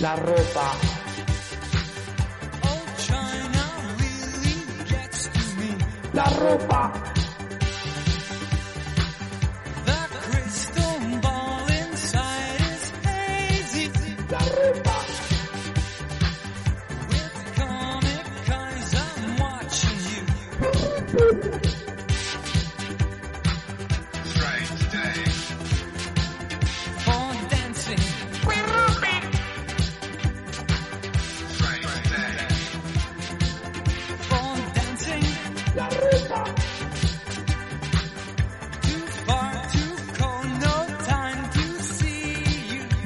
La ropa. La ropa. La ropa. La ropa.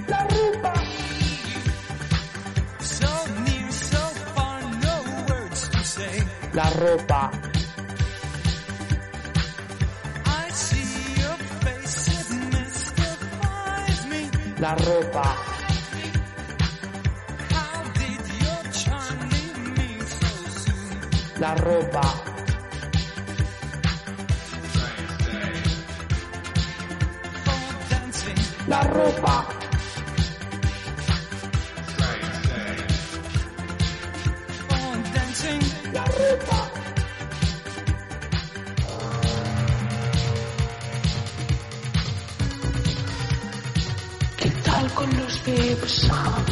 La ropa. La ropa. La ropa. La ropa. La ropa. La ropa. ¿Qué tal con los de Epsom?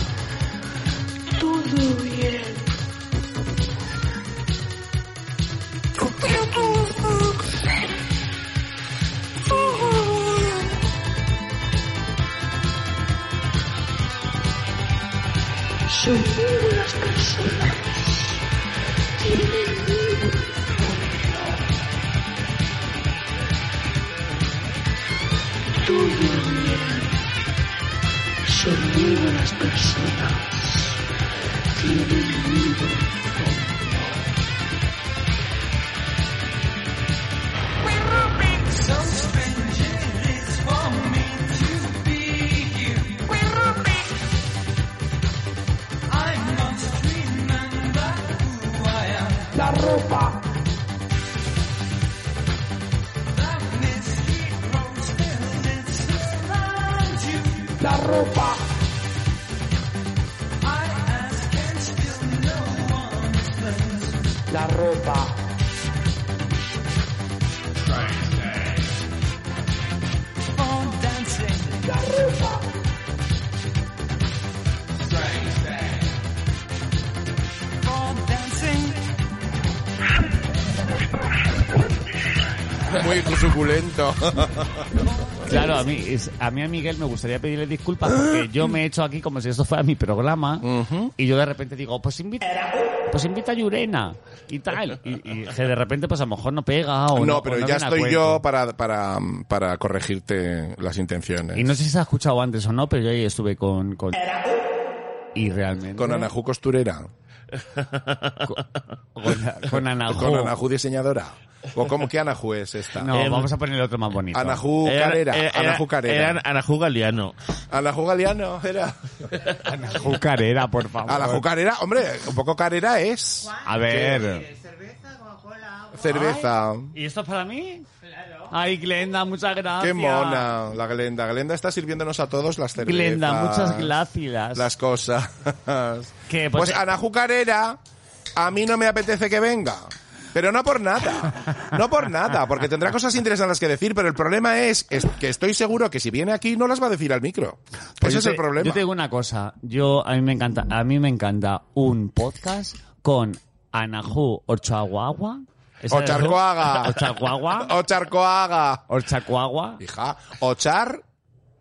Todo bien. Soy una de las personas que tienen miedo por el hombre. Todo bien. Soy una de las personas que tienen miedo por el hombre. La ropa. La ropa. La ropa. La ropa. Muy suculento. Claro, a mí, es- a mí a Miguel me gustaría pedirle disculpas porque yo me he hecho aquí como si esto fuera mi programa y yo de repente digo, pues invita, pues invita a Yurena y tal. Y, y que de repente pues a lo mejor no pega o no. No, o pero no ya viene a estoy cuento. yo para, para, para corregirte las intenciones. Y no sé si se ha escuchado antes o no, pero yo ahí estuve con... con- Y realmente... Con Anajú costurera. Con, con Anajú. Con Anajú diseñadora. ¿O cómo que Anajú es esta? Em, No, vamos a poner otro más bonito. Anajú Carrera. Anajú Carrera. Eran Anajú Galeano. Anajú Galeano era. Anajú Carrera, por favor. Anajú Carrera, hombre, un poco Carrera es. A ver. Cerveza. ¿Y esto es para mí? Ay, Glenda, muchas gracias. Qué mona, la Glenda. Glenda está sirviéndonos a todos las cervezas. Glenda, muchas gracias. Las cosas. ¿Qué? Pues, Pues- Ana Jucarera, a mí no me apetece que venga. Pero no por nada. No por nada, porque tendrá cosas interesantes que decir, pero el problema es, es que estoy seguro que si viene aquí no las va a decir al micro. Ese Pues yo es el te- problema. Yo te digo una cosa. Yo, a mí me encanta, a mí me encanta un podcast con Anajú Orchaguagua. ¿Esa era? Ocharcoaga. Orchaguagua. O Charcoaga. Orchacuagua. Hija, Ochar,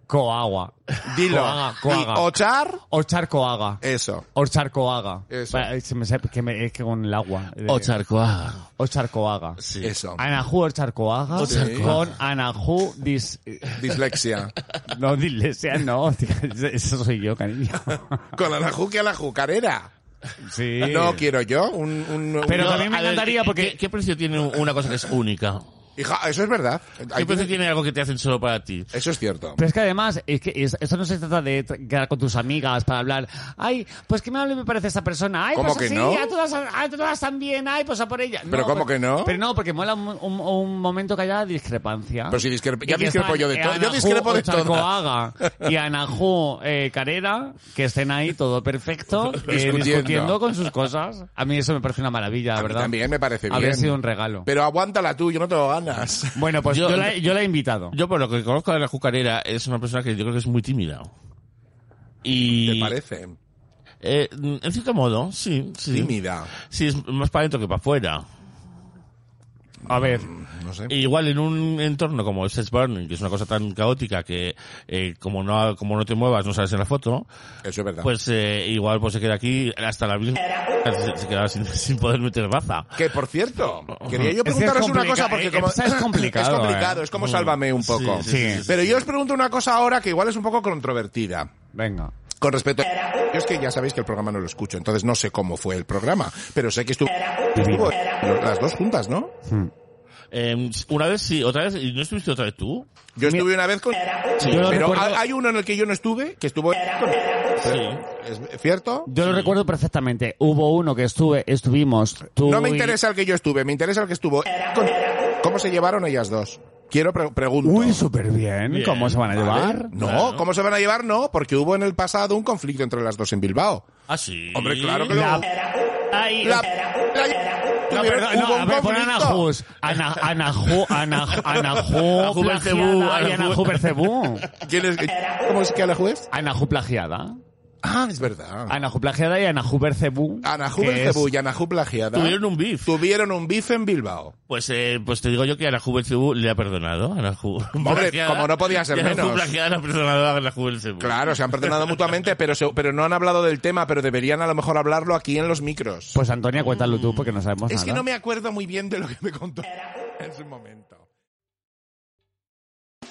Coagua. dilo. Coaga, Y coaga. Ochar, Orcharcoaga. eso. Orcharcoaga. Eso. Va, se me sabe que me- es que con el agua. eh. de- Ocharcoaga. Orcharcoaga. Eso. Anajú Orcharcoaga Sí. con Anajú Dis... Dislexia. No, Dilesia, no. tía, Eso soy yo, cariño. Con Ana Ju que Ana Jucarera. Sí. No quiero yo un, un- un- Pero No, también me a ver, encantaría ¿qué- porque- ¿qué, qué precio tiene una cosa que es única? Hija, eso es verdad. Ahí Siempre se tiene- tiene algo que te hacen solo para ti. Eso es cierto. Pero es que además, es que es- esto no se trata de tra- quedar con tus amigas para hablar. Ay, pues que me hable me parece esa persona. Ay, ¿Cómo pues que así, no? a todas, a todas también. Ay, pues a por ella. ¿Pero cómo pues- que no? Pero no, porque mola un, un- un momento que haya discrepancia. Pero si discrepo- Y ya que discrepo están, yo de eh, todo. Yo Anajú discrepo de todo. Ocharcoaga Y Anajú eh, Carera, que estén ahí todo perfecto, eh, Discutiendo. discutiendo con sus cosas. A mí eso me parece una maravilla, A mí ¿verdad? también me parece bien. Habría sido un regalo. Pero aguántala tú, yo no tengo ganas. Bueno, pues yo, Yo- la, he- yo la he invitado. Yo, por lo que conozco de la jucarera, es una persona que yo creo que es muy tímida. Y, ¿Te parece? eh, en cierto modo, sí, sí. Tímida. Sí, es más para adentro que para afuera. A ver, No sé. E igual en un entorno como el sex burning, que es una cosa tan caótica que eh, como no como no te muevas no sales en la foto, Eso es verdad. pues eh, igual pues se queda aquí hasta la misma se, se quedaba sin, sin poder meter baza. Que por cierto, quería yo Oh, Es que es preguntaros una complica- cosa porque eh, como es complicado, es complicado, eh. es como sálvame un Sí, poco. sí, sí, sí, Pero yo os pregunto una cosa ahora que igual es un poco controvertida. venga. Con respecto Yo es que ya sabéis que el programa no lo escucho, entonces no sé cómo fue el programa, pero sé que estuvo, estuvo- las dos juntas, ¿no? Eh, una vez sí, otra vez, ¿y no estuviste otra vez tú? Yo estuve una vez con... Sí, Yo lo pero recuerdo- hay- hay uno en el que yo no estuve, que estuvo... ¿Es cierto? Yo lo recuerdo perfectamente. Hubo uno que estuve, estuvimos tú No me y- interesa el que yo estuve, me interesa el que estuvo. Con- ¿Cómo se llevaron ellas dos? Quiero pre- pregunto. Uy, súper bien. Bien, ¿Cómo se van a llevar? ¿Vale? No, Claro. ¿cómo se van a llevar? No, porque hubo en el pasado un conflicto entre las dos en Bilbao. Ah, sí. Hombre, claro que La- lo... Ay, La- la- no, tuvieron- perdón, no, hubo un a ver, pon conflicto. Anajus. Ana, Anajú, Anaj- Anajú Anajú Percebú, plagiada y Anajú. Anajú Percebú. ¿Quién es- ¿Cómo es que a la juez? Anajú plagiada. Ah, es verdad. Anajú plagiada y Anajú Percebú. Anajú que Belcebú es- y Anajú plagiada Tuvieron un beef. tuvieron un bife en Bilbao. Pues, eh, pues te digo yo que a la juventud le ha perdonado. A la ju- Hombre, como no podía ser Y a la ju- menos. plagiada le ha perdonado a la juventud. Claro, se han perdonado mutuamente, pero, se- pero no han hablado del tema, pero deberían a lo mejor hablarlo aquí en los micros. Pues Antonia, cuéntalo tú porque no sabemos es nada. que no me acuerdo muy bien de lo que me contó en su momento.